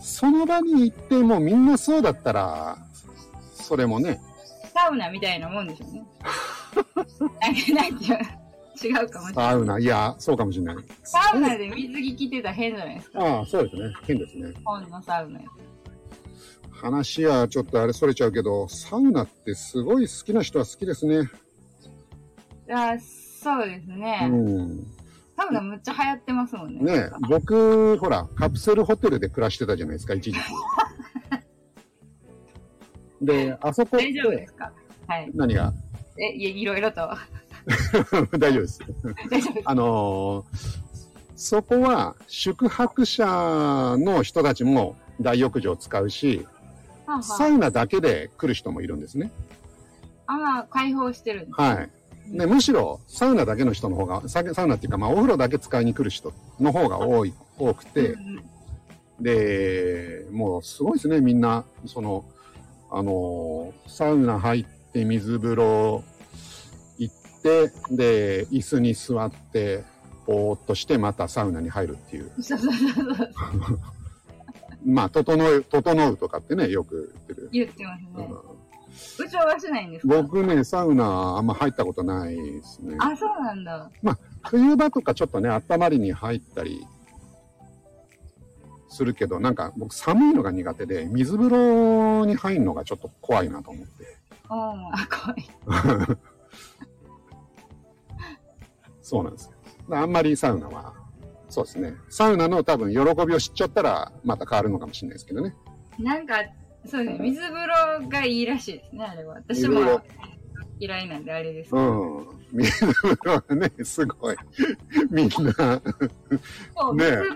その場に行って、もうみんなそうだったら、それもね、サウナみたいなもんでしょうね。なんかなんていうの違うかもしれない。サウナ、いや、そうかもしれない。サウナで水着着てたら変じゃないですか。ああ、そうですね。変ですね。日本のサウナやと話や、ちょっとあれそれちゃうけど、サウナってすごい好きな人は好きですね。あそうですうね。ん。サウナむっちゃ流行ってますもんね。ねえ僕、ほら、カプセルホテルで暮らしてたじゃないですか、一時期。 で、あそこっ大丈夫でて、すかはい。何が え、いえいろいろと。大丈夫です。大丈夫です。あのーそこは宿泊者の人たちも大浴場を使うし、はあサはウナだけで来る人もいるんですね。あ、ああ、開放してるんです。はい。ね、むしろサウナだけの人の方が、ササウナっていうか、まあお風呂だけ使いに来る人の方が多い、多くて、うんうんで、もうすごいですね、みんな。その、あのーサウナ入って水風呂行って、で、椅子に座って、ぼーっとしてまたサウナに入るっていう。そうそうそうそう。 まあ、整う、整うとかってね、よく言ってる。言ってますね。う部長はしないんですんか僕ね、サウナあんま入ったことないですね。あ、そうなんだ。冬場とかちょっとね、温まりに入ったりするけど、なんか僕寒いのが苦手で、水風呂に入るのがちょっと怖いなと思って。うん、あ、怖い。そうなんですよ。だからあんまりサウナは、そうですね。サウナの多分喜びを知っちゃったら、また変わるのかもしれないですけどね。なんか、そうですね、水風呂がいいらしいですね、あれは。私水風も呂嫌いなんで、あれですけうど。ん。水風呂はね、すごい。みんな、そうねえ水風呂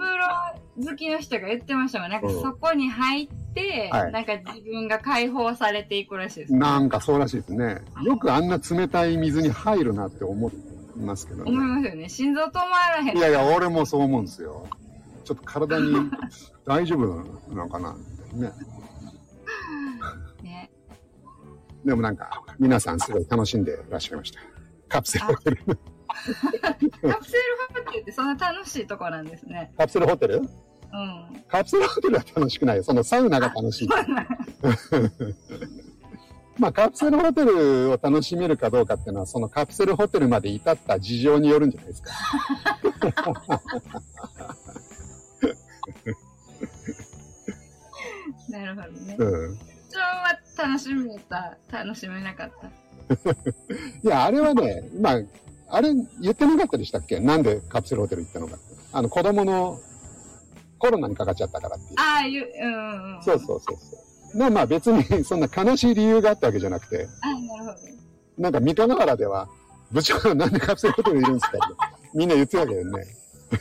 好きの人が言ってましたもん。なんかうんそこに入って、はいなんか自分が解放されていくらしいです。なんかそうらしいですね。よくあんな冷たい水に入るなって思いますけど思いね。ますよね。心臓止まらへ ん。いやいや、俺もそう思うんですよ。ちょっと体に大丈夫なのかなみたいなね。ね、でもなんか、皆さんすごい楽しんでいらっしゃいました。カプセルホテル。カプセルホテルってそんな楽しいとこなんですね。カプセルホテルうん。カプセルホテルは楽しくないよ。そのサウナが楽しい。 まあ、カプセルホテルを楽しめるかどうかっていうのは、そのカプセルホテルまで至った事情によるんじゃないですか。なるほどね。うん。一応は楽しめた、楽しめなかった。いや、あれはね、まあ、あれ言ってなかったでしたっけなんでカプセルホテル行ったのか。あの、子供のコロナにかかっちゃったからっていう。ああ、いう、うんうん。そうそうそうそう。まあまあ別にそんな悲しい理由があったわけじゃなくて、あなるほど。なんか三河原では、部長がなんでカプセルホテルいるんですかって、みんな言ってたけどね。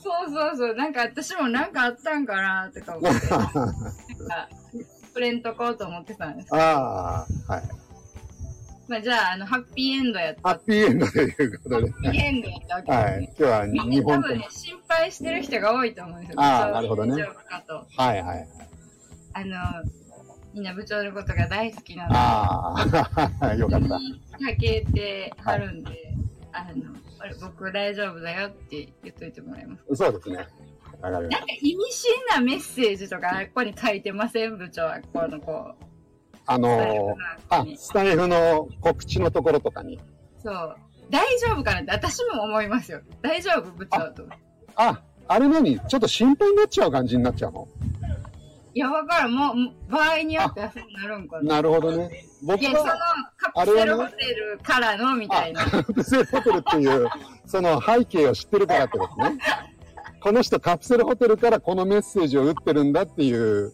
そうそうそう。なんか私もなんかあったんかなとか思って。なんか、触れんとこうと思ってたんです。ああ、はい。まあじゃあ、あの、ハッピーエンドやった。ハッピーエンドということで。ハッピーエンドやったわけはですい。ね。今日はみん日な多本と分ね、心配してる人が多いと思うんですよ。あー部長なるほどね大丈夫かと。はいはい。あの、みんな部長のことが大好きなので。ああ、 よかった。かけてはるんで、あの、あれ僕大丈夫だよって言っといてもらいます。そうですね。わかりまなしんか意味深なメッセージとか、ここに書いてません部長は、このこう。た。あスタイルのーかなあ、スタイフの告知のところとかに。そう。大丈夫かなって私も思いますよ。大丈夫部長と。あ、あれ何ちょっと心配になっちゃう感じになっちゃうのいや、わからん。もうもう、場合によってはそうなるんかな。なるほどね。僕いや、そのは、カプセルホテルからのみたいな。カプセルホテルっていう、その背景を知ってるからってことね。この人カプセルホテルからこのメッセージを打ってるんだっていう、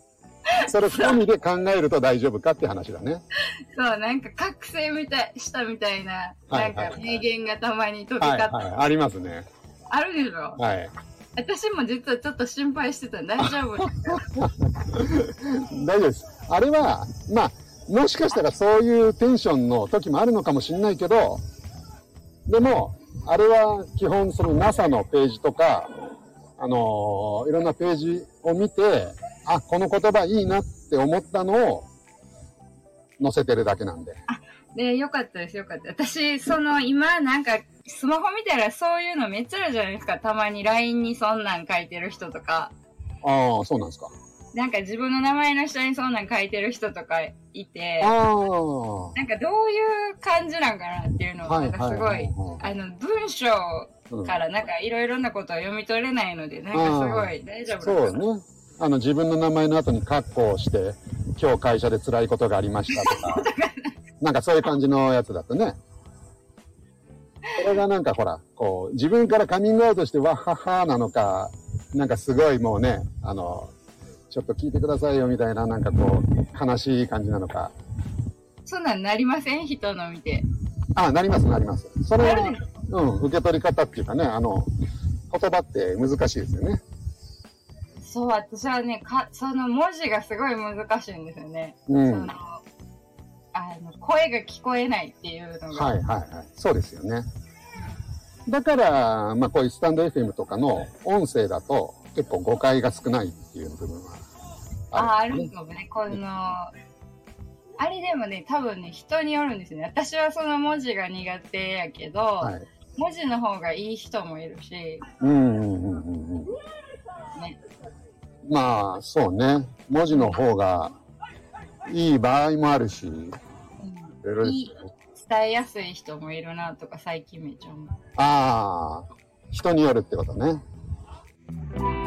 それ込みで考えると大丈夫かって話だ ね。そう、なんか覚醒みたい、したみたいな、はないんはいはいか名言がたまに飛びはい交っはい。ありますね。あるでしょはい。私も実はちょっと心配してた大丈 夫大丈夫です。あれは、まあ、もしかしたらそういうテンションの時もあるのかもしれないけど、でも、あれは基本その NASA のページとか、あのーいろんなページを見て、あ、この言葉いいなって思ったのを載せてるだけなんで。で、よかったです、よかった。私、その今、なんか、スマホ見たらそういうのめっちゃあるじゃないですか。たまに LINE にそんなん書いてる人とか。ああ、そうなんですか。なんか自分の名前の下にそんなん書いてる人とかいて、ああ。なんかどういう感じなんかなっていうのが、なんかすごい、あの、文章うんからなんかいろいろなことを読み取れないので、なんかすごい大丈夫そうなのね。あの、自分の名前の後にカッコをして、今日会社で辛いことがありましたとか、なんかそういう感じのやつだとね。それがなんかほら、こう、自分からカミングアウトして、わっはっはなのか、なんかすごいもうね、あの、ちょっと聞いてくださいよみたいな、なんかこう、悲しい感じなのか。そんなんなりません人の見て。あ、なります、なります。それなはるんですうん、受け取り方っていうかね、あの、言葉って難しいですよね。そう、私はね、か、その文字がすごい難しいんですよね。うそん。のは、あの、声が聞こえないっていうのいが。はいはい。そうですよね。だから、まあこういうスタンド FM とかの音声だと結構誤解が少ないっていう部分はあ、ああるるんんですですよね。この、あれでもね、多分ね、人によるんですよね。私はその文字が苦手やけど、ね。はい。文字の方がいい人もいるし、うんうんうんうんうん。ね。まあそうね。文字の方がいい場合もあるし、いうんろいろですよね。伝えやすい人もいるなとか最近めっちゃ思う。ああ、人によるってことね。 「